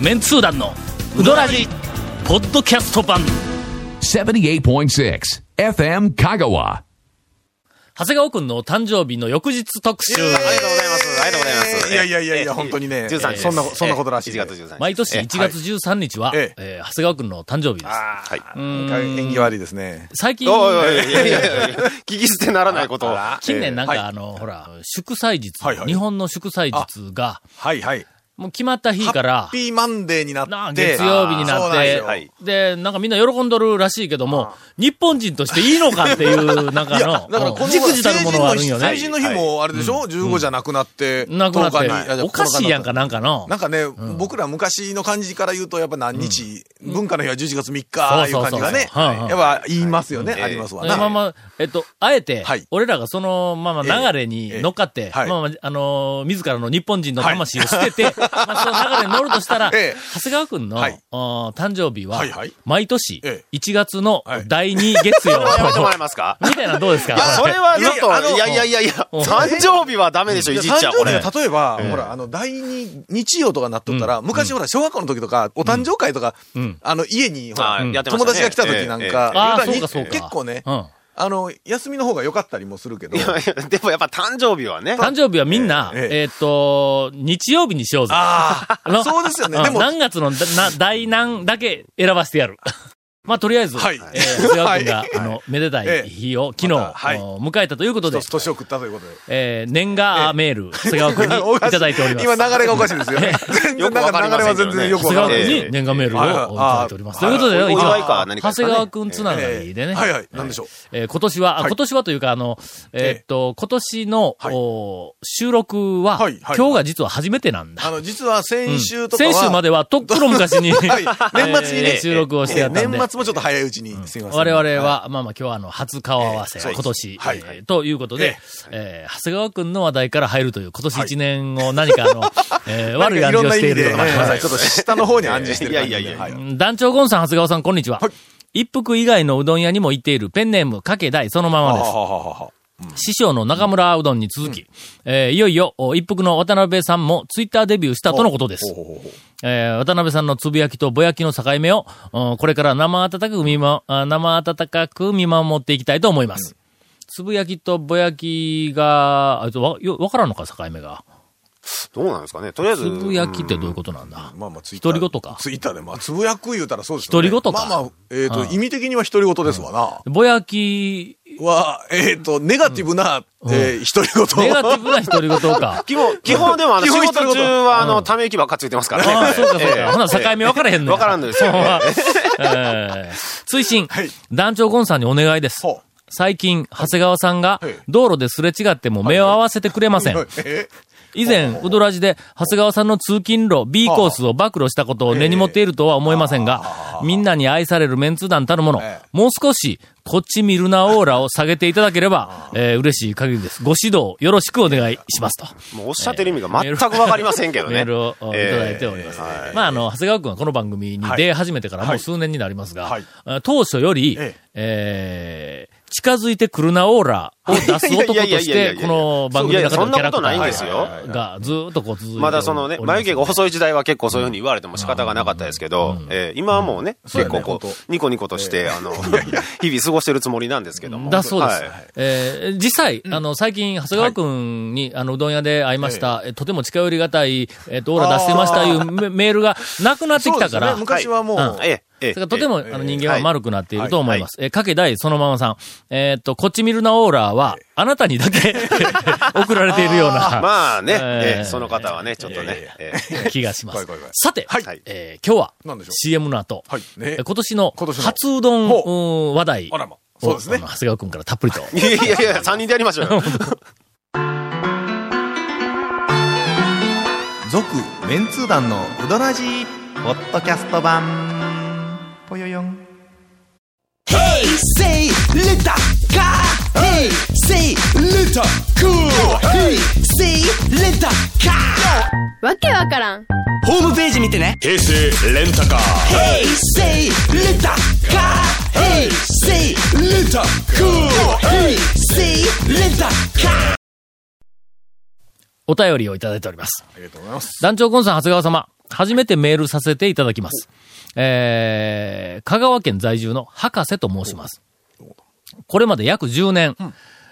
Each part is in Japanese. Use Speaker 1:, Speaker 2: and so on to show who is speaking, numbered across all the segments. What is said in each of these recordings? Speaker 1: メンツー団のウドラジポッドキャスト版
Speaker 2: 78.6 FM Kagawa.
Speaker 1: 長谷川くんの誕生日の翌日特集、
Speaker 3: ありがとうございます。ありがとうございます。
Speaker 4: いやいやいやいや
Speaker 3: えー
Speaker 4: 本当にね
Speaker 3: 13日です。
Speaker 4: そんなそんなことらしい
Speaker 3: 1月13日。
Speaker 1: 毎年
Speaker 3: えー
Speaker 1: 1月13日は、
Speaker 4: え
Speaker 1: えー長谷川くんの誕生日です。
Speaker 3: はい。
Speaker 4: 縁起悪いですね。
Speaker 1: 最近、
Speaker 3: おいおいい やいやいや、聞き捨てならないことを。
Speaker 1: 近年なん
Speaker 4: はい
Speaker 1: かあの、ほら、祝祭日、
Speaker 4: はいはい
Speaker 1: 日本の祝祭日が、
Speaker 4: はいはい。
Speaker 1: もう決まった日から
Speaker 4: ハッ、ピーマンデーにな
Speaker 1: なあ
Speaker 4: って。
Speaker 1: 月曜日に
Speaker 4: あー
Speaker 1: な
Speaker 4: そ
Speaker 1: っ
Speaker 4: うんです
Speaker 1: て
Speaker 4: よ
Speaker 3: はい
Speaker 1: で、なんかみんな喜んどるらしいけども、日本人としていいのかっていう、なんか
Speaker 4: いや、
Speaker 1: の、
Speaker 4: だからこの
Speaker 1: じくじたるものがあるんよ
Speaker 4: 成
Speaker 1: ね。
Speaker 4: 人の日もあれでしょ ?15 じゃなくなって。
Speaker 1: なくなっ
Speaker 4: 10日にあじゃあ
Speaker 1: て、おかしいやんか、
Speaker 4: 9
Speaker 1: なんかの。
Speaker 4: なんかね、僕ら昔の感じから言うと、やっぱ何日、文化の日は11月3日、いう
Speaker 1: そう
Speaker 4: 感
Speaker 1: そうそう
Speaker 4: じがね、
Speaker 1: はいはい
Speaker 4: やっぱ言いますよね、
Speaker 3: はい
Speaker 4: ありますわ
Speaker 1: えーまあ
Speaker 4: な。
Speaker 1: まあ、えっと、あえて
Speaker 4: はい、
Speaker 1: 俺らがそのまあまあ流れ
Speaker 4: え
Speaker 1: に
Speaker 4: え
Speaker 1: 乗っかって、まあ
Speaker 4: はい
Speaker 1: まあ、あのー、自らの日本人の魂を捨 てて、まあその流れに乗るとしたら、
Speaker 4: ええ
Speaker 1: 長谷川くんの
Speaker 4: はい
Speaker 1: おー誕生日は
Speaker 4: はいはい、
Speaker 1: 毎年
Speaker 4: ええ、
Speaker 1: 1月の
Speaker 4: はい
Speaker 1: 第2月曜
Speaker 3: それ はやめてもらえますか
Speaker 1: みたいなのどうですか
Speaker 3: いや、それはちょっ
Speaker 4: いやいやあ
Speaker 3: と、
Speaker 4: の
Speaker 3: いやいやいやいや、
Speaker 1: うん
Speaker 3: 誕生日はダメでしょ、いじっちゃ
Speaker 4: 誕
Speaker 3: こ
Speaker 4: 生
Speaker 3: れ。
Speaker 4: 日が例えば、
Speaker 3: ええ
Speaker 4: ほら、あの、第二日曜とかなっとったら、昔ほら、小学校の時とか、お誕生会とか
Speaker 1: ん、
Speaker 4: あの、家に、ほ
Speaker 3: あ
Speaker 4: ら
Speaker 3: ーやってまし
Speaker 4: 友
Speaker 3: たね
Speaker 4: 達が来た時なん
Speaker 3: ええ
Speaker 4: か、
Speaker 1: ええあー
Speaker 4: 言
Speaker 1: そうか
Speaker 4: た
Speaker 1: らそうか
Speaker 4: 結構ね、
Speaker 1: うん
Speaker 4: あの、休みの方が良かったりもするけど、
Speaker 3: いやいやでもやっぱ誕生日はね。
Speaker 1: 誕生日はみんな、
Speaker 4: ええええ
Speaker 1: えーっと、日曜日にしようぜ。
Speaker 4: あ
Speaker 1: の
Speaker 4: あ、そうですよね。
Speaker 1: うん
Speaker 4: でも、
Speaker 1: 何月のだな大難だけ選ばせてやる。 まあ、とりあえず、
Speaker 4: はい
Speaker 1: えー長谷川君が、
Speaker 4: はい
Speaker 1: あの、めでた
Speaker 4: え
Speaker 1: い
Speaker 4: え
Speaker 1: 日を昨日、
Speaker 4: またはい
Speaker 1: お迎えたということで
Speaker 4: 一つ、年を食ったということで。
Speaker 1: えー年賀メール、長谷川君 にいただいております。
Speaker 4: 今流れがおかしいですよね。全
Speaker 3: よ
Speaker 4: 然
Speaker 3: くわかり
Speaker 4: なん
Speaker 3: ませ
Speaker 4: 流れは
Speaker 3: んけど
Speaker 4: 全
Speaker 3: ね
Speaker 4: 然よく
Speaker 1: 長
Speaker 4: わ
Speaker 1: 谷
Speaker 4: か
Speaker 1: 川
Speaker 4: んない。
Speaker 1: 君に年賀メールを
Speaker 4: ええ
Speaker 1: いただいております。ということで、
Speaker 3: お
Speaker 1: 一応
Speaker 3: 祝いか何か
Speaker 1: 長
Speaker 3: ですか
Speaker 1: 谷
Speaker 3: ね
Speaker 1: 川君つながりでね、
Speaker 4: はいはい。なんでしょう。
Speaker 1: えー今年は、あ
Speaker 4: はい
Speaker 1: 今年はというか、あの、えーっと、今年の、
Speaker 4: はい
Speaker 1: お収録は、
Speaker 4: はいはい
Speaker 1: 今日が実は初めてなんだ。
Speaker 4: あの、実は先週とかは、
Speaker 1: 先週まではとっくの昔に、
Speaker 4: はい年末にね
Speaker 1: えー収録をして やったんで。
Speaker 4: 年末もちょっと早いうちに、すみません。
Speaker 1: 我々は、まあまあ今日はあの、初顔合わせ、
Speaker 4: ええそうです
Speaker 1: 今年、
Speaker 4: はい
Speaker 1: えーということでえ
Speaker 4: え、
Speaker 1: ー長谷川くんの話題から入るという、今年一年を何かあ の、えー悪い
Speaker 4: なん
Speaker 1: 感
Speaker 4: か
Speaker 1: じ
Speaker 4: いろ
Speaker 1: をしてい
Speaker 4: んな意味
Speaker 1: ると
Speaker 4: で、ごめんな
Speaker 1: か。
Speaker 4: さいちょっと下の方に暗示してる感じで。
Speaker 3: いやいやいや
Speaker 4: はい
Speaker 1: 団長ゴンさん、長谷川さん、こんにちは。
Speaker 4: はい
Speaker 1: 一服以外のうどん屋にも行っているペンネーム、かけ大そのまま
Speaker 4: は
Speaker 1: で
Speaker 4: は
Speaker 1: す。
Speaker 4: ははは
Speaker 1: 師匠の中村うどんに続き、えーいよいよ、お一服の渡辺さんもツイッターデビューしたとのことです
Speaker 4: ほう。ほうほう
Speaker 1: えー渡辺さんのつぶやきとぼやきの境目を、うんこれから生温かく見ま、あ生温かく見守っていきたいと思います。つぶやきとぼやきが、あちょわ、よわからんのか、境目が。
Speaker 3: どうなんですかね。とりあえず。。
Speaker 1: つぶやきってどういうことなんだ
Speaker 4: まあまあ、ツイッター
Speaker 1: 独り言か
Speaker 4: ツイッターで、まあ、つぶやく言うたらそうですよね
Speaker 1: 独り言か
Speaker 4: まあまあ、えっと、意味的には独り言ですわな。
Speaker 1: ぼやき、
Speaker 4: は、えっと、ネガティブな、えー、独り
Speaker 1: ネ
Speaker 4: 言。
Speaker 1: ガティブな独り言か
Speaker 3: 基本、基本でもあの、
Speaker 4: 基
Speaker 3: 仕
Speaker 4: 本一
Speaker 3: 事
Speaker 4: 言
Speaker 3: 中はあの、ため息ばっかついてますからね。
Speaker 1: ああ、そうかそう
Speaker 3: え
Speaker 1: か。
Speaker 3: え
Speaker 1: ほな、境目分からへんのや
Speaker 3: わからんのですよね
Speaker 1: ほま えー追伸、
Speaker 4: はい
Speaker 1: 団長ゴンさんにお願いです。
Speaker 4: ほう
Speaker 1: 最近、長谷川さんが
Speaker 4: はい
Speaker 1: 道路ですれ違っても目を合わせてくれません。
Speaker 4: え
Speaker 1: 以前、ウドラジで、長谷川さんの通勤路、B コースを暴露したことを根に持っているとは思いませんが、みんなに愛されるメンツ団たるもの
Speaker 4: ええ、
Speaker 1: もう少し、こっち見るなオーラを下げていただければ、えー嬉しい限りです。ご指導、よろしくお願いしますと。
Speaker 3: もうおっしゃってる意味が全くわかりませんけどね。
Speaker 1: メールをいただいております。まあ、あの、長谷川くんはこの番組に出始めてからもう数年になりますが
Speaker 4: はい、
Speaker 1: あ当初より
Speaker 4: ええ、
Speaker 1: えー近づいてくるなオーラを出す男と
Speaker 3: いやい
Speaker 1: し
Speaker 3: やいやいや
Speaker 1: て、
Speaker 3: い
Speaker 1: こ
Speaker 3: や
Speaker 1: の番組の中のキャラクタ
Speaker 3: いやいやそんなことないんです
Speaker 1: ー
Speaker 3: よ
Speaker 1: がずーっとこう続いておりす。
Speaker 3: まだそのね、眉毛が細い時代は結構そういうふうに言われても仕方がなかったですけど、えー今はもうね、
Speaker 4: そう
Speaker 3: 結
Speaker 4: やね
Speaker 3: 構こ
Speaker 4: ほん
Speaker 3: う、ニコニコとして、あの、 日々過ごしてるつもりなんですけども。
Speaker 1: だそうです。
Speaker 3: はい
Speaker 1: えー実際、あの、最近、長谷川くんに、あの、うどん屋で会いました、えとても近寄りがたい、えっ、と、オーラ出してましたいうメメールがなくなってきたから、
Speaker 4: そうですね昔はもう、
Speaker 1: はいうん
Speaker 3: ええ、ええ。
Speaker 1: それからとても、
Speaker 3: ええ
Speaker 1: あの人間は丸くなっていると思います。えー、かけ大そのままさん。えーっと、こっち見るなオーラは、あなたにだけ 送られているような。
Speaker 3: まあね、
Speaker 1: え
Speaker 3: え
Speaker 1: え
Speaker 3: えその方はね、ちょっと
Speaker 4: いやい
Speaker 3: ね。ええ
Speaker 1: 気がしま
Speaker 4: は
Speaker 1: す
Speaker 4: いはいはい。
Speaker 1: さて、
Speaker 4: はい
Speaker 3: はい
Speaker 1: えー今日は
Speaker 4: なんでしょう
Speaker 1: CM の後、
Speaker 4: はいね
Speaker 1: えー今年の
Speaker 4: 今年の
Speaker 1: 初うどん
Speaker 4: ほ
Speaker 1: うん話題
Speaker 4: あらま。
Speaker 1: を、
Speaker 4: そうですね
Speaker 1: あの。長谷川くんからたっぷりと。
Speaker 3: いやいやいや、3人でやりましょう よ。
Speaker 5: 続メンツー団のウドラジポッドキャスト版ぽよよん
Speaker 6: Say little car. Hey, say little cool. Hey, say little car.
Speaker 7: わけわからん
Speaker 6: ホームページ見てね。
Speaker 8: 平成レンタカー
Speaker 6: Hey, say little car. Hey, say little cool. Hey, say little car.
Speaker 1: お便りをいただいております。
Speaker 4: ありがとうございます。
Speaker 1: 団長コンさん、長谷川様。初めてメールさせていただきます。えー、香川県在住の博士と申します。これまで約10年、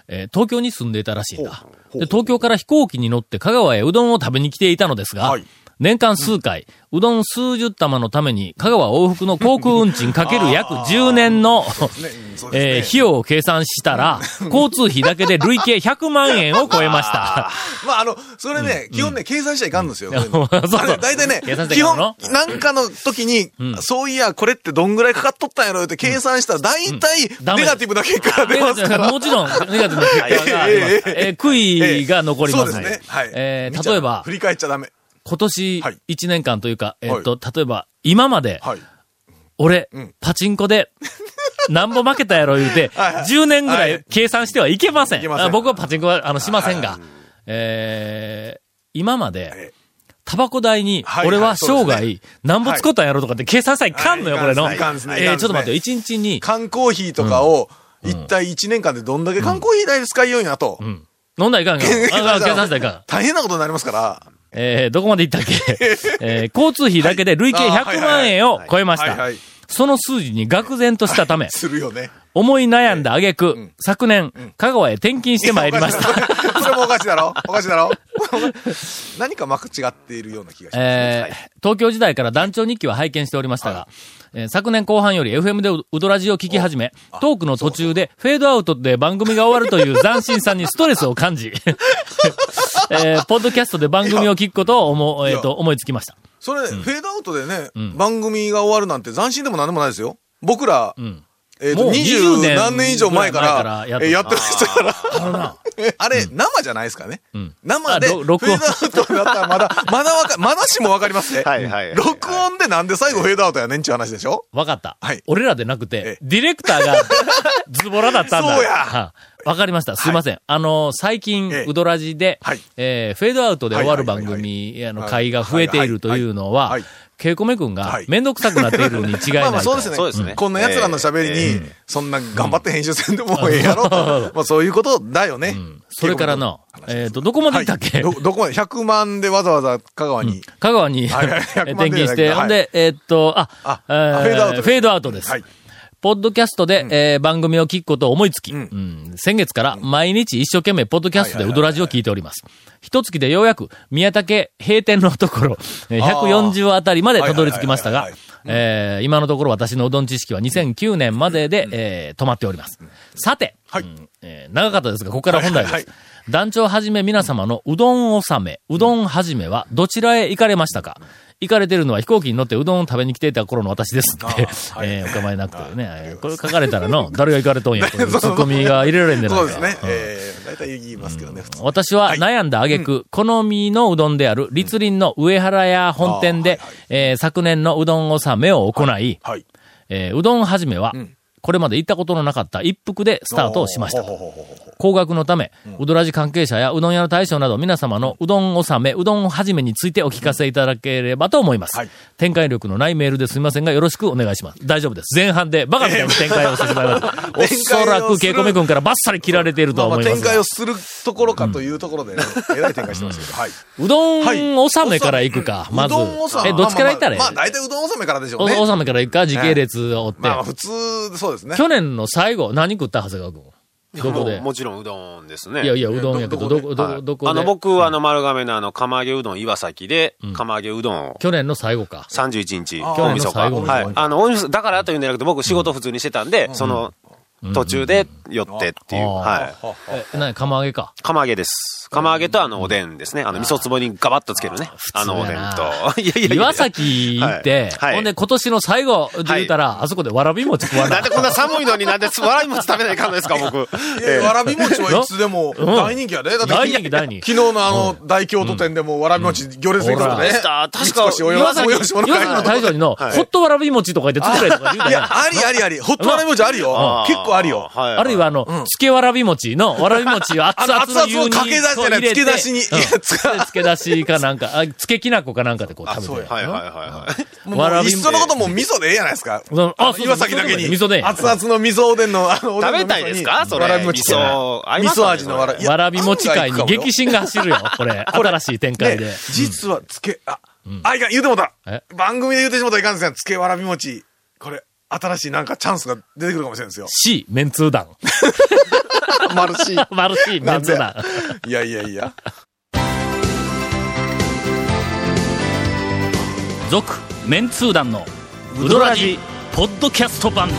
Speaker 1: えー東京に住んでいたらしいんだ。で、東京から飛行機に乗って香川へうどんを食べに来ていたのですが、
Speaker 4: はい
Speaker 1: 年間数回、うどん数十玉のために香川往復の航空運賃かける約10年の、
Speaker 4: そうですね
Speaker 1: えー費用を計算したら、交通費だけで累計100万円を超えました。
Speaker 4: まあ、あの、それね、基本ね、計算しちゃいかんのですよ。こういうの
Speaker 1: そうそう
Speaker 4: あれ大体ね
Speaker 1: 計算し、ちゃい
Speaker 4: 基
Speaker 1: かん
Speaker 4: 本
Speaker 1: の、
Speaker 4: なんかの時に、そういや、これってどんぐらいかかっとったんやろって計算したら、大体、
Speaker 1: ダメ
Speaker 4: ネガティブな結果が出ますから。
Speaker 1: もちろん、ネガティブな結果がありますえー悔いが残ります。
Speaker 4: そうですね。はい。
Speaker 1: えー
Speaker 4: 見ちゃ
Speaker 1: 例えば
Speaker 4: 振、り返っちゃダメ。
Speaker 1: 今年
Speaker 4: はい
Speaker 1: 1年間というか、えーっと、例えば、今まで、
Speaker 4: はい。
Speaker 1: 俺
Speaker 4: うん、
Speaker 1: パチンコで、なんぼ負けたや ろ言うて、
Speaker 4: はいはい
Speaker 1: 10年ぐら
Speaker 4: はいい
Speaker 1: 計算してはいけませ
Speaker 4: い
Speaker 1: ん。
Speaker 4: けません
Speaker 1: あ僕はパチンコは、あの、しませんが、えー今まで
Speaker 4: え、
Speaker 1: タバコ代に
Speaker 4: はいは、い
Speaker 1: 俺は生
Speaker 4: そうです
Speaker 1: 涯、なんぼ使ったんやろとかって計算したらいかんのよ、
Speaker 4: は
Speaker 1: こ
Speaker 4: い
Speaker 1: れの。
Speaker 4: いかんですねいかんですねい
Speaker 1: え
Speaker 4: か
Speaker 1: ー
Speaker 4: んですね
Speaker 1: ちょっと待ってよ、1日に、
Speaker 4: 缶コーヒーとかを、一体1年間でどんだけ缶コーヒー代で使いようになと。
Speaker 1: うん飲んだらい かんよ。ああ計算したらいかん。
Speaker 4: 大変なことになりますから。
Speaker 1: えーどこまで行 ったっけえー交通費だけで累計
Speaker 4: はいあーはい
Speaker 1: 100
Speaker 4: はい
Speaker 1: 万円を超えまし
Speaker 4: はい
Speaker 1: た
Speaker 4: は。い。
Speaker 1: その数字に愕然としたため、
Speaker 4: するよね。
Speaker 1: 思い悩んだ挙句、昨年、香川へ転勤してまいりました。
Speaker 4: た。それもおかしいだろおかしいだろ 何かまく違っているような気がしますね。
Speaker 1: えー東京時代から団長日記は拝見しておりましたが、えー昨年後半より FM でウドラジを聞き始め、トークの途中でフェードアウトで番組が終わるという斬新さにストレスを感 じ、えーポッドキャストで番組を聞くことを思,、
Speaker 4: い
Speaker 1: え
Speaker 4: や
Speaker 1: ーと思いつきました。
Speaker 4: それ、フェードアウトでね、番組が終わるなんて斬新でも何でもないですよ。僕ら、えっ
Speaker 1: も
Speaker 4: と、
Speaker 1: う
Speaker 4: 二
Speaker 1: 20
Speaker 4: 十
Speaker 1: 年
Speaker 4: 何年以上前か
Speaker 1: 前から
Speaker 4: ら、
Speaker 1: やっ
Speaker 4: や
Speaker 1: て
Speaker 4: って
Speaker 1: る
Speaker 4: やってました から。
Speaker 1: あのな、
Speaker 4: あれ、生じゃないですかね。生で、
Speaker 1: あろ
Speaker 4: フェード
Speaker 1: 録音
Speaker 4: アウトだったらまだ、まだわか、まだしもわかりますね。
Speaker 3: はいはいはい
Speaker 4: 録音でなんで最後フェードアウトやねんちゅう話でしょ
Speaker 1: わかった、
Speaker 4: はい
Speaker 1: 俺らでなく
Speaker 4: え
Speaker 1: て
Speaker 4: え、
Speaker 1: ディレクターが ズボラだったんだ。
Speaker 4: そうや
Speaker 1: はあわかりました。すいません。あのー、最近、
Speaker 4: ええ
Speaker 1: ウドラジで、
Speaker 4: はい
Speaker 1: えーフェードアウトで終わる
Speaker 4: はい
Speaker 1: 番
Speaker 4: はいはいはい
Speaker 1: 組、あの、
Speaker 4: はい
Speaker 1: 会が増えているというのは
Speaker 4: はいはいはい、
Speaker 1: ケイコメ君が
Speaker 4: はい
Speaker 1: めんどくさくなっているに違いない
Speaker 4: まあま
Speaker 1: と
Speaker 4: あそうですね。
Speaker 3: そうですね
Speaker 4: こんな奴らの喋りに、そんな頑張って編集せんでもええやろ。まあそういうことだよね。
Speaker 1: それからな、えっ、と、どこまで
Speaker 4: は
Speaker 1: 行っ
Speaker 4: い、
Speaker 1: たっけ、
Speaker 4: ど、どこまで ?100 万でわざわざ香川に。
Speaker 1: 香川に、
Speaker 4: はい はい
Speaker 1: えー転勤して、
Speaker 4: はい
Speaker 1: ほんで、えーっと、あ、
Speaker 4: あ
Speaker 1: えー
Speaker 4: フェードアウトです
Speaker 1: フェードアウトです。
Speaker 4: はい
Speaker 1: ポッドキャストで、えー番組を聞くことを思いつき、
Speaker 4: ん
Speaker 1: うん先月から毎日一生懸命ポッドキャストでウドラジを聞いております。一月でようやく宮武閉店のところ、えー
Speaker 4: あー
Speaker 1: 140あたりまでたどり着きました
Speaker 4: は
Speaker 1: が
Speaker 4: いはい、
Speaker 1: えー今のところ私のうどん知識は2009年までで、えー止まっております。さて、
Speaker 4: はい
Speaker 1: うんえー長かったですが、ここから本題です。
Speaker 4: はいはい
Speaker 1: 団長はじめ皆様のうどん納め、うどんはじめはどちらへ行かれましたか行かれてるのは飛行機に乗ってうどんを食べに来ていた頃の私ですって、 えーお構いなくてね、えーこれ書かれたらの、誰が行かれとん やというツッコミが入れられんでない
Speaker 4: そ
Speaker 1: か
Speaker 4: うですね。えー、大体言いますけどね、普通。
Speaker 1: 私は悩んだ挙句、好みのうどんである、立林の上原屋本店で、えー昨年のうどん納めを行い、
Speaker 4: はい。
Speaker 1: えーうどんはじめは、これまで行ったことのなかった一服でスタートをしました。高額のため、うどらじ関係者やうどん屋の大将など皆様のうどん納め、うどんはじめについてお聞かせいただければと思います。
Speaker 4: はい
Speaker 1: 展開力のないメールですみませんがよろしくお願いします。大丈夫です。前半でバカみたいな展開をしてしまいました。おそらくケイコメ君からバッサリ切られているとは
Speaker 4: まあま
Speaker 1: 思い
Speaker 4: あ
Speaker 1: ま
Speaker 4: 展
Speaker 1: すが。
Speaker 4: 開をするところかというところでね、えらい展開してますけど、はい。
Speaker 1: うどん納め
Speaker 4: はい
Speaker 1: から行くか、まず。
Speaker 4: うどん納め。
Speaker 1: え、どっちから行ったらええ
Speaker 4: まあまあまあ、大体うどん納めからでしょうね。
Speaker 1: お納めから行くか、時系列を追って。
Speaker 4: まあまあ、普通、そうですね。
Speaker 1: 去年の最後、何食った長谷川君。どこ
Speaker 3: も
Speaker 1: で
Speaker 3: うもちろんうどんですね。
Speaker 1: いやいや、うどんやけど、ど
Speaker 4: ど
Speaker 1: こ、
Speaker 4: こ
Speaker 1: ど
Speaker 3: は
Speaker 1: こ、
Speaker 3: い
Speaker 1: どこ
Speaker 3: あ
Speaker 1: で
Speaker 3: の、。僕はあの丸亀のあの、釜揚げうどん岩崎で、釜揚げうどんを
Speaker 1: 去年の最後か。
Speaker 3: 31日、
Speaker 4: あー
Speaker 3: 大
Speaker 1: 去年
Speaker 3: 晦
Speaker 1: の最後
Speaker 3: 日。
Speaker 1: の
Speaker 3: はい。あの、大晦日、だからというんじゃなくて、僕仕事普通にしてたんで、その、途中で寄ってっていう。
Speaker 1: うん
Speaker 3: はい。
Speaker 1: え、なに、釜揚げか。
Speaker 3: 釜揚げです。釜揚げとあの、おでんですね。あの、味噌つぼにガバッとつけるね。あの、おでんと。いやいやいや
Speaker 1: 岩崎行って、
Speaker 3: はいはい
Speaker 1: ほんで今年の最後で言うたら、あそこでわらび餅食わな
Speaker 3: ないんで。こんな寒いのになんで笑い餅食べないかん のですか、僕。
Speaker 4: いやわらび餅はいつでも
Speaker 1: うん
Speaker 4: 大人気やね。だって、
Speaker 1: 大人気大人気
Speaker 4: 昨日のあの、大京都店でもわらび餅行列できたからね。
Speaker 3: た確か
Speaker 4: 三越およ
Speaker 1: 岩
Speaker 4: お
Speaker 1: 崎、
Speaker 4: よしもの
Speaker 1: 岩崎の大将にの、
Speaker 3: はい
Speaker 1: ホットわらび餅とか言って作れとか言う
Speaker 4: い
Speaker 1: て
Speaker 4: や、
Speaker 1: や
Speaker 4: ありありあり。ホットわらび餅あるよ。結構あるよ。
Speaker 3: はい
Speaker 1: あるいはあの、つけわらび餅の、わらび餅を熱
Speaker 4: あの
Speaker 1: 々の
Speaker 4: 熱
Speaker 1: 湯に
Speaker 4: 々をかけ出しじゃない
Speaker 1: そう入れて
Speaker 4: つけ出しに
Speaker 1: うん
Speaker 4: いやつか
Speaker 1: でつけ出しかなんか、あつけきなこかなんかでこう
Speaker 4: あ
Speaker 1: 食べて。
Speaker 4: そう
Speaker 3: はいはいはいはい。
Speaker 4: も
Speaker 1: わら
Speaker 4: う、
Speaker 1: び
Speaker 4: いっそのこともう味噌でええやないですか。
Speaker 1: うんあ
Speaker 4: あの
Speaker 1: そうそう
Speaker 4: 岩崎だけに。
Speaker 1: 味噌で
Speaker 4: 熱々の味噌おでんの、あの、おでん
Speaker 3: 食
Speaker 4: の味噌に
Speaker 3: べたいですかそれ。
Speaker 4: わらび
Speaker 3: 味
Speaker 4: 餅じゃない
Speaker 3: 噌、合い
Speaker 4: 味
Speaker 3: ます
Speaker 4: 噌
Speaker 3: かね
Speaker 4: 味のわら
Speaker 3: それ
Speaker 4: いや
Speaker 1: わらび餅界
Speaker 4: 案外
Speaker 1: に
Speaker 4: いくかもよ
Speaker 1: 激震が走るよ、これ。新しい展開で
Speaker 4: ね。実はつけ、あ、あ、いかん、言うてもうた
Speaker 1: え。。
Speaker 4: 番組で言うてしもうたらいかんですね。つけわらび餅。これ、新しいなんかチャンスが出てくるかもしれんですよ
Speaker 1: C、メンツー 団。
Speaker 5: マルシー。
Speaker 1: マル C、メンツー団。
Speaker 4: いやいやいや。
Speaker 1: 続、メンツー団の、ウドラジ、ポッドキャスト版。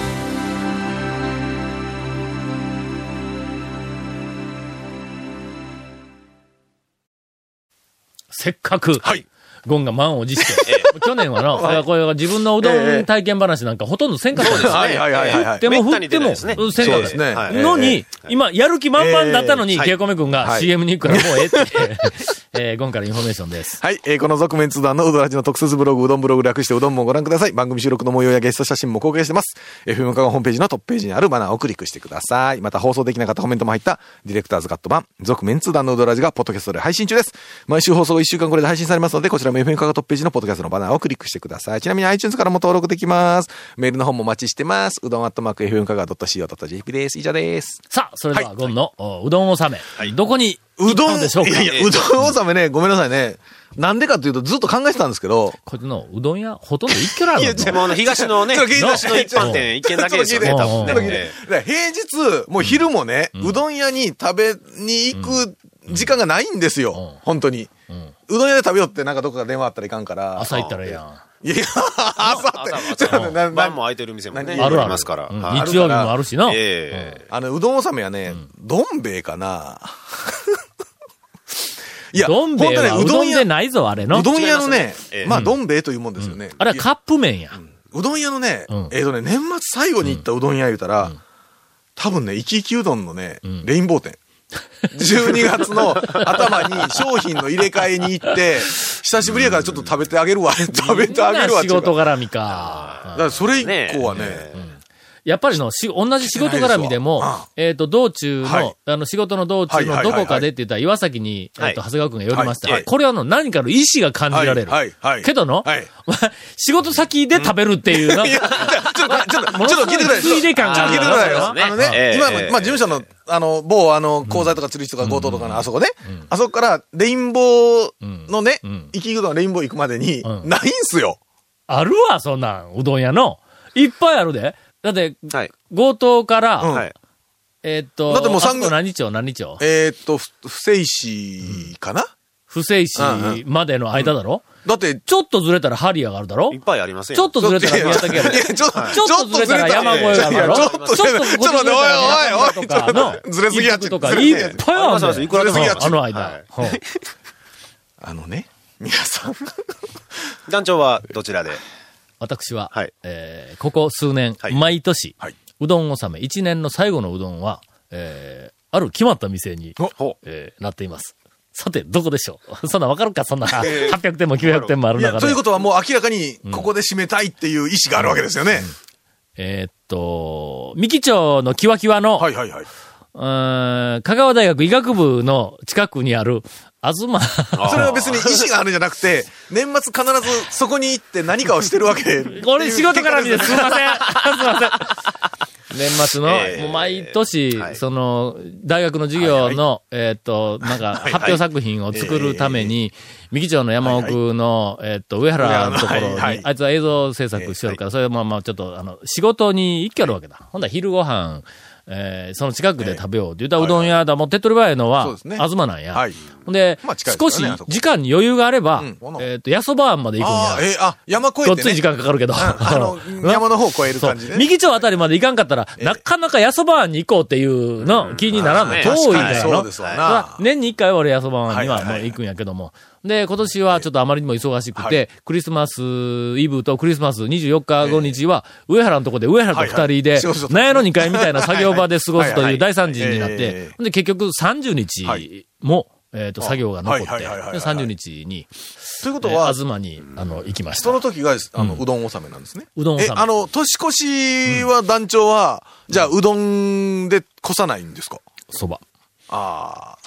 Speaker 1: せっかく、
Speaker 4: はい。
Speaker 1: ゴンが満を持 して、去年はな、これは自分のうどん体験話なんかほとんどせんかったんですよ。
Speaker 4: はいはいはいはい。
Speaker 1: でも
Speaker 3: めっ
Speaker 1: 振
Speaker 3: た
Speaker 1: っ
Speaker 3: に
Speaker 1: て
Speaker 3: 出ない
Speaker 1: も、
Speaker 3: ですね
Speaker 1: うんせんか
Speaker 4: そ
Speaker 1: っ
Speaker 4: う
Speaker 1: た
Speaker 4: ですね。はい
Speaker 1: のに、今、やる気満々だったのに、
Speaker 4: えー
Speaker 1: ケイコメ君が
Speaker 4: はい
Speaker 1: CM に行くからもうええって、 えー、ゴンからインフォメーションです。
Speaker 4: はい、えーこの続面通談のうどらじの特設ブログ、うどんブログ略してうどんもご覧ください。番組収録の模様やゲスト写真も公開してます。FM カがホームページのトップページにあるバナーをクリックしてください。また放送できなかったコメントも入ったディレクターズカット版、続面通談のうどらじがポッドキャストで配信中です。毎週放送1週間これで配信されますので、こちらも FM カがトップページのポッドキャストのバナーをクリックしてください。ちなみに iTunes からも登録できます。メールの方もお待ちしてます。うどんアットマーク FM カが .co.jp です。以上です。
Speaker 1: さあ、それではゴンの、おうどん納め、どこに行
Speaker 4: うど
Speaker 1: った
Speaker 4: ん、
Speaker 1: んでしょうか
Speaker 4: いやいや、うどん納めね、ごめんなさいね。なんでかというとずっと考えてたんですけど、
Speaker 1: こっちのうどん屋、ほとんど一挙なの
Speaker 4: いや
Speaker 3: もうね、東のね、
Speaker 4: ちょっと聞いて
Speaker 3: 東の一般店、一軒だけですよね、
Speaker 1: ちょっと
Speaker 3: 多
Speaker 1: 聞
Speaker 3: 分
Speaker 1: いてちょ
Speaker 3: ね
Speaker 1: っと聞いて
Speaker 3: ええ
Speaker 4: だから平日、もう昼もね、うどん屋に食べに行く時間がないんですよ、
Speaker 1: うん
Speaker 4: 本当に、うどん屋で食べようって、なんかどっかから電話あったらいかんから。
Speaker 1: 朝行ったらええやん。
Speaker 4: いやいや、朝って、ちょっと待ってな
Speaker 3: 晩
Speaker 4: な
Speaker 3: も空いてる店もね、
Speaker 4: 何
Speaker 1: あるあ
Speaker 3: り
Speaker 1: る。
Speaker 3: ますから。
Speaker 1: うん
Speaker 3: はい
Speaker 1: 日曜日もあるしな。
Speaker 3: ええ
Speaker 4: あの、うどん納めはね、どん兵衛かな。いや、
Speaker 1: どん兵衛は
Speaker 4: 本
Speaker 1: う
Speaker 4: 当
Speaker 1: どんで
Speaker 4: ねうどん屋、
Speaker 1: ないぞ、あれの。
Speaker 4: うどん屋のね
Speaker 3: ええ、
Speaker 4: まあ、どん兵衛というもんですよね。
Speaker 1: あれはい
Speaker 4: や
Speaker 1: カップ麺や。
Speaker 4: うどん屋のね、
Speaker 1: うん
Speaker 4: えっ、とね、年末最後に行ったうどん屋言うたら、多分ね、いきいきうどんのね、レインボ ー店。12月の頭に商品の入れ替えに行って、久しぶりやからちょっと食べてあげるわ、食べてあげるわって
Speaker 1: み
Speaker 4: い
Speaker 1: んな
Speaker 4: う
Speaker 1: 仕事
Speaker 4: か。
Speaker 1: 絡みか。
Speaker 4: だからそれ以
Speaker 3: ねえ
Speaker 4: 降はね、
Speaker 1: やっぱりの、し、同じ仕事絡みでも
Speaker 4: してないですわ、
Speaker 1: えっ、と、道中の、
Speaker 4: はい
Speaker 1: あの、仕事の道中
Speaker 4: はいはい
Speaker 1: の
Speaker 4: はいは
Speaker 1: ど
Speaker 4: い
Speaker 1: こかでって言ったら、岩崎に、えっ、と、長
Speaker 3: は
Speaker 1: 谷川くんが寄りました。
Speaker 4: はいはい
Speaker 1: これはの、何かの意思が感じられる。
Speaker 4: はいはいはい
Speaker 1: けどの、
Speaker 4: はい
Speaker 1: 仕事先で食べるっていうな、
Speaker 4: ちょっと、ちょっと、ちょっと聞いてく
Speaker 1: ものすご
Speaker 4: ださい。
Speaker 1: いついで感が
Speaker 4: ちょっと聞いてくださいよ。
Speaker 3: ありますね
Speaker 4: あのね、
Speaker 3: ええ
Speaker 4: 今、
Speaker 3: ええ
Speaker 4: まあ、事務所の、あの、某、あの、講座とか釣り師とか強盗とかのあそこね、あそこから、レインボーのね
Speaker 1: ん、
Speaker 4: 行き行くのレインボー行くまでに、
Speaker 1: うん
Speaker 4: ないんすよ。
Speaker 1: あるわ、そんなん、うどん屋の。いっぱいあるで。だって、
Speaker 3: はい。
Speaker 1: 強盗から、
Speaker 4: うん
Speaker 3: はい。
Speaker 1: えっ、と、
Speaker 4: だってもう産業
Speaker 1: あそこ何町何町
Speaker 4: えーっと、ふ不正市かな、
Speaker 1: 不正市
Speaker 4: うん
Speaker 1: までの間だろ、
Speaker 4: だって、
Speaker 1: ちょっとずれたらハリアがあるだろ
Speaker 3: いっぱいありますよ。
Speaker 1: ちょっとずれたら
Speaker 4: いや
Speaker 1: 宮崎やろ
Speaker 4: いやちょっと
Speaker 1: ちょっとずれたら山越えがあるだろ
Speaker 4: ちょっとずれた
Speaker 1: ち
Speaker 4: ち
Speaker 1: ょ
Speaker 4: ょ
Speaker 1: っ
Speaker 4: っ
Speaker 1: と
Speaker 4: と
Speaker 1: こっち
Speaker 4: ずれた
Speaker 1: ら
Speaker 4: おいおいおいちょっと待ってずれすぎや
Speaker 1: 行
Speaker 4: ち
Speaker 1: くとか、
Speaker 4: ずれすぎ
Speaker 1: い
Speaker 4: やち
Speaker 1: っぱい
Speaker 3: あり
Speaker 1: あ
Speaker 3: ますあります
Speaker 1: る
Speaker 3: いくらでもあります
Speaker 1: あの間。
Speaker 3: はい
Speaker 1: うん
Speaker 4: あのね、皆さん、
Speaker 3: 団長はどちらで
Speaker 1: 私は、
Speaker 3: はい
Speaker 1: えーここ数年、
Speaker 3: はい
Speaker 1: 毎年、
Speaker 4: はいう
Speaker 1: どん納め、一年の最後のうどんは、えーある決まった店に、
Speaker 3: ほ
Speaker 1: えーなっています。さて、どこでしょう そんなんわかるかそんな、800点も900点もある
Speaker 4: いや、
Speaker 1: 中
Speaker 4: と
Speaker 1: で
Speaker 4: いう。ことはもう明らかに、ここで締めたいっていう意志があるわけですよね。
Speaker 1: えーっと、三木町のキワキワの、
Speaker 4: はいはいはい。
Speaker 1: うーん香川大学医学部の近くにある、東、
Speaker 3: あー
Speaker 4: それは別に意志があるんじゃな くて、年末必ずそこに行って何かをしてるわけ。
Speaker 1: これ仕事絡みです。すいません。すいません。 年末の、
Speaker 3: えー
Speaker 1: もう毎年、
Speaker 3: はい
Speaker 1: その、大学の授業の、えーっと、なんか、
Speaker 4: はい
Speaker 1: 発表作品を作るために、三木町の山奥の、えーっと、上原のところに、
Speaker 4: はいはい
Speaker 1: あいつは映像制作しよるから、それはまあまあ、ちょっと、あの、仕事に行きよるわけだ。ほんだら昼ご飯、えーその近くで食べようって言ったら、うどん屋だ、もう手っ取り早いのは、
Speaker 4: そうですね
Speaker 1: 東なんや。
Speaker 4: はい
Speaker 1: ほんで、
Speaker 4: まあ近い
Speaker 1: 少
Speaker 4: で
Speaker 1: し
Speaker 4: すよねあそこ
Speaker 1: 時間に余裕があれば、
Speaker 4: うん
Speaker 1: えーっと、八そば庵まで行くんや。
Speaker 4: ああ、えーあ、山越
Speaker 1: ご
Speaker 4: え
Speaker 1: っつ
Speaker 4: て、
Speaker 1: い時
Speaker 4: ね。
Speaker 1: 間かかるけど。、
Speaker 4: あの
Speaker 1: な
Speaker 4: 山の方越える
Speaker 1: そう
Speaker 4: 感じで、ね。
Speaker 1: 右町あたりまで行かんかったら、なかなかやそばに行こうっていうの、気にならんの。
Speaker 3: うん
Speaker 1: 遠いん
Speaker 4: 確かに
Speaker 1: だよ
Speaker 4: そ
Speaker 1: な
Speaker 4: うですわ
Speaker 1: だから
Speaker 4: な。
Speaker 1: 年に一回は俺やそばに
Speaker 4: は
Speaker 1: はい
Speaker 4: はい
Speaker 1: も
Speaker 4: は
Speaker 1: う
Speaker 4: い
Speaker 1: 行くんやけども。で、今年はちょっとあまりにも忙しくて、クリスマスイブとクリスマス24日後日は、上原のとこで上原と二人
Speaker 4: はいは
Speaker 1: で
Speaker 4: い仕事と、
Speaker 1: 納屋の2階みたいな作業場で過ごすと
Speaker 4: は
Speaker 1: いう
Speaker 4: いはい
Speaker 1: 大惨事になって
Speaker 4: ええ、
Speaker 1: ほんで結局30日も、えっと、作業が残って、
Speaker 4: はいはいはいはいは
Speaker 1: で
Speaker 4: い
Speaker 1: 30日に、
Speaker 4: ということは、
Speaker 1: 東に、あの、行きました
Speaker 4: そ。の時が、あの、うどん納めなんですね。
Speaker 1: うどん納め
Speaker 4: え、あの、年越しは団長は、じゃあ、うどんで越さないんですか
Speaker 1: そば。
Speaker 4: ああ。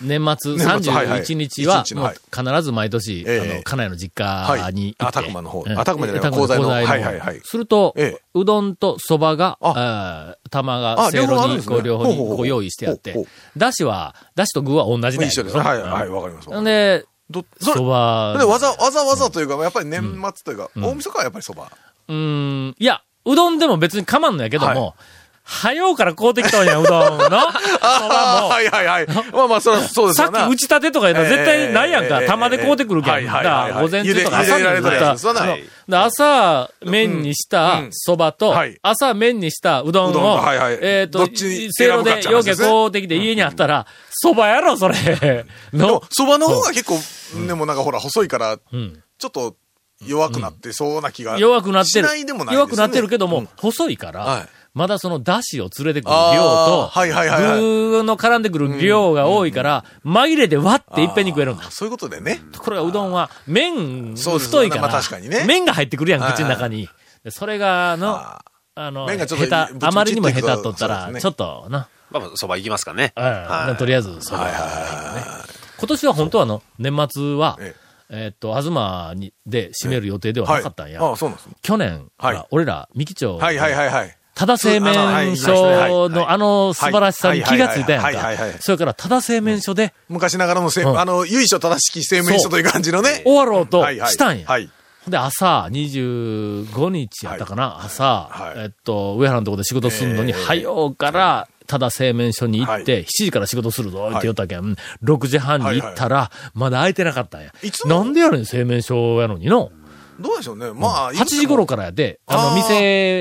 Speaker 1: 年末
Speaker 4: 年末はいはい
Speaker 1: 31日は、
Speaker 4: 一日の
Speaker 1: もう
Speaker 4: はい
Speaker 1: 必ず毎年、
Speaker 4: ええ
Speaker 1: あの、家内の実
Speaker 4: は
Speaker 1: 家
Speaker 4: い
Speaker 1: に行って。
Speaker 4: あたくまの方
Speaker 1: うん
Speaker 4: あたくまじゃない
Speaker 1: えたくま
Speaker 4: 高座の
Speaker 1: 高座
Speaker 4: はいはいはい
Speaker 1: すると
Speaker 4: ええ、
Speaker 1: うどんとそばが、
Speaker 4: あ
Speaker 1: あー玉が、
Speaker 4: あ
Speaker 1: せい
Speaker 4: 両方
Speaker 1: ろ
Speaker 4: あるん
Speaker 1: に、
Speaker 4: です
Speaker 1: こ
Speaker 4: ね
Speaker 1: う、両方に
Speaker 4: ほうほうほう
Speaker 1: こう用意してあっ
Speaker 4: ほう
Speaker 1: て
Speaker 4: ほ、
Speaker 1: だしは、だしと具は同じだよ
Speaker 4: 一緒ですね。はいはい、わかります。
Speaker 1: なんで、
Speaker 4: ど、それ
Speaker 1: そ、ば
Speaker 4: で、わざ、わざわざというか、やっぱり年末というか、大晦日はやっぱりそば。
Speaker 1: うーん、いや、うどんでも別にかまんのやけども、早うから買うてきたんや、うど んの。そばも。
Speaker 4: はいはいはい。まあまあ、それはそうです
Speaker 1: さ
Speaker 4: よ
Speaker 1: っき打ち立てとか言うのは絶対ないやんか。
Speaker 4: ええ
Speaker 1: 玉で買うてくるけん。
Speaker 4: はい
Speaker 1: だ
Speaker 4: は
Speaker 1: か
Speaker 4: いはいはい
Speaker 1: ら午前中とか
Speaker 4: ゆで
Speaker 1: 朝に
Speaker 4: ゆでられ
Speaker 1: 打
Speaker 4: た
Speaker 1: っ
Speaker 4: やつ
Speaker 1: た。
Speaker 4: ですわな
Speaker 1: そうで朝麺にしたそばと
Speaker 4: はい、
Speaker 1: 朝麺にしたうどん
Speaker 4: うどんと
Speaker 1: を
Speaker 4: はいはい、
Speaker 1: えっ
Speaker 4: ど
Speaker 1: と
Speaker 4: っちに、
Speaker 1: せいろ
Speaker 4: 選ぶかっ
Speaker 1: で
Speaker 4: て話
Speaker 1: ようけ
Speaker 4: ですね
Speaker 1: 買うてきて家にあったら、そばやろ、 それ。
Speaker 4: で
Speaker 1: の
Speaker 4: も、。そばの方が結構、でもなんかほら、細いから、
Speaker 1: ん
Speaker 4: ちょっと弱くなってそうな気が。
Speaker 1: 弱くなってる
Speaker 4: しないでも。ないですね
Speaker 1: 弱くなってるけども、細いから、
Speaker 4: はい
Speaker 1: まだその出汁を連れてくる量と
Speaker 4: あ、ーはいはいはいはい
Speaker 1: 具の絡んでくる量が多いから、紛れて割っていっぺんに食えるんだ
Speaker 4: あ。そういうことでね。
Speaker 1: ところがうどんは麺
Speaker 4: そうです
Speaker 1: 太いから、
Speaker 4: まあ確かにね
Speaker 1: 麺が入ってくるやん、
Speaker 4: はい
Speaker 1: 口の中に。でそれが、の、あ
Speaker 4: あ
Speaker 1: の、
Speaker 4: 麺がちょっと
Speaker 1: 下手
Speaker 4: ぶちぶ、ち
Speaker 1: あまりにも下手とった
Speaker 4: そう
Speaker 1: ら、
Speaker 4: です
Speaker 1: ちょ
Speaker 4: ね
Speaker 1: っとな、
Speaker 3: まあ、そば行きますかね。
Speaker 1: うん
Speaker 3: はい
Speaker 1: とりあえず、それは今年は本当はあの、年末は
Speaker 4: ええ、
Speaker 1: えーっと、東に、で締める予定ではなかったんや。
Speaker 4: はいあそうなんですね
Speaker 1: 去年、ほ
Speaker 4: はい
Speaker 1: ら俺ら、三木町、
Speaker 4: はいはいはいはい。
Speaker 1: ただ製麺所のあの素晴らしさに気がついたやん
Speaker 4: はいはいはいはい
Speaker 1: か
Speaker 4: はいはいはいは。い
Speaker 1: それからただ製麺所で
Speaker 4: 昔ながらのせ、
Speaker 1: うん
Speaker 4: あの、由緒正しき生命書という感じのね。
Speaker 1: 終わろうと
Speaker 4: はいはい
Speaker 1: したんや。
Speaker 4: はい。
Speaker 1: ほんで、朝、25日やったかな、朝、
Speaker 4: はい
Speaker 1: えっと、上原のとこで仕事するのに、
Speaker 4: えー
Speaker 1: 早うから、ただ製麺所に行って、
Speaker 4: は
Speaker 1: 7時から仕事するぞって言ったけん、6時半に行ったら、まだ空いてなかったんや。
Speaker 4: いつも
Speaker 1: なんでやねん、製麺所やのにの。
Speaker 4: どうでしょうね。まあ、
Speaker 1: 8時頃からやで、あの、
Speaker 4: あー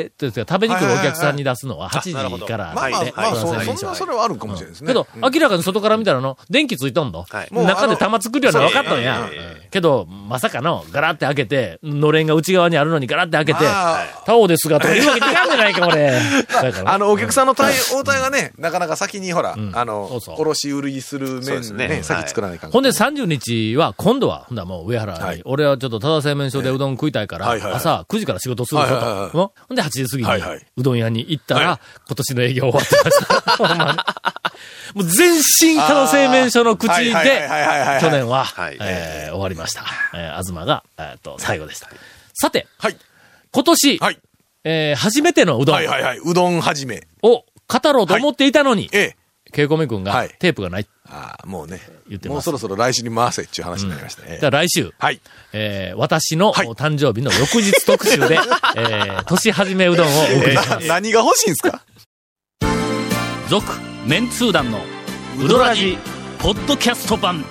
Speaker 1: 店、というか食べに来るお客さん
Speaker 4: はいはいはい
Speaker 1: に出すのは8
Speaker 3: なるほ
Speaker 1: 時
Speaker 3: ど
Speaker 1: から
Speaker 4: まあまあ
Speaker 1: で、
Speaker 4: まあ、
Speaker 1: た
Speaker 4: そ
Speaker 1: だ製
Speaker 4: う
Speaker 1: 麺
Speaker 4: そ
Speaker 1: 所
Speaker 4: ん
Speaker 1: は
Speaker 4: な、それはあるかもしれないですね。
Speaker 1: けど、
Speaker 4: うん
Speaker 1: 明らかに外から見たらの、電気ついとんの、
Speaker 3: はい
Speaker 4: もう
Speaker 1: 中で
Speaker 4: あの
Speaker 1: 玉作るような分かったんや
Speaker 3: そうですね。
Speaker 1: けど、まさかの、ガラって開けて、のれんが内側にあるのにガラって開けて、
Speaker 4: まあ
Speaker 1: タオですが、とか言うわけにいかんじゃないか、俺。 だから
Speaker 4: あの、お客さんの対応対がね、なかなか先にほら、あ
Speaker 1: そう
Speaker 4: の
Speaker 1: そう、
Speaker 4: 卸売りする
Speaker 3: そうで
Speaker 4: 面
Speaker 3: すねは
Speaker 4: ね、
Speaker 3: い
Speaker 4: 先作らない感
Speaker 1: ほん
Speaker 4: じ。
Speaker 1: で30日は、今度は、ほんだらもう上原に、
Speaker 4: はい
Speaker 1: 俺はちょっとただ製麺所でうどん食いたいから、
Speaker 4: はいはいはい
Speaker 1: 朝9時から仕事するぞと。
Speaker 4: はいはいはい
Speaker 1: ほんで8時過ぎに、
Speaker 4: はいはいう
Speaker 1: どん屋に行ったら、
Speaker 4: は
Speaker 1: 今年の営業終わってました。 ほんまにもう全身ただ製麺所の口で、
Speaker 4: あーはいはいはいはいはい
Speaker 1: 去年は、
Speaker 3: はい
Speaker 1: えー終わりました。えー、東が、えー、と、最後でした。さて、
Speaker 4: はい。
Speaker 1: 今年、
Speaker 4: はい。
Speaker 1: えー初めてのうどん
Speaker 4: はいはいはい。うどんはじめ。
Speaker 1: を語ろうと思っていたのに、
Speaker 4: ええ。
Speaker 1: ケイコメ君が、
Speaker 4: はい
Speaker 1: テープがないって
Speaker 4: ああ、もうね
Speaker 1: 言って。ます
Speaker 4: もうそろそろ来週に回せっていう話になりましたね。
Speaker 1: じゃあ来週、
Speaker 4: はい。
Speaker 1: えー私の
Speaker 4: はい
Speaker 1: 誕生日の翌日特集 で、えー年始めうどんをお送りしま
Speaker 4: な
Speaker 1: す。
Speaker 4: 何が欲しいんですか
Speaker 1: 続、メンツー団のうどらじ、ポッドキャスト版。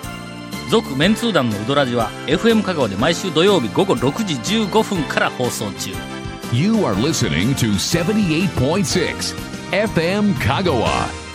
Speaker 1: 続、メンツー団のうどらじは、FM 香川で毎週土曜日午後6時15分から放送中。
Speaker 2: You are listening to 78.6 FM Kagawa.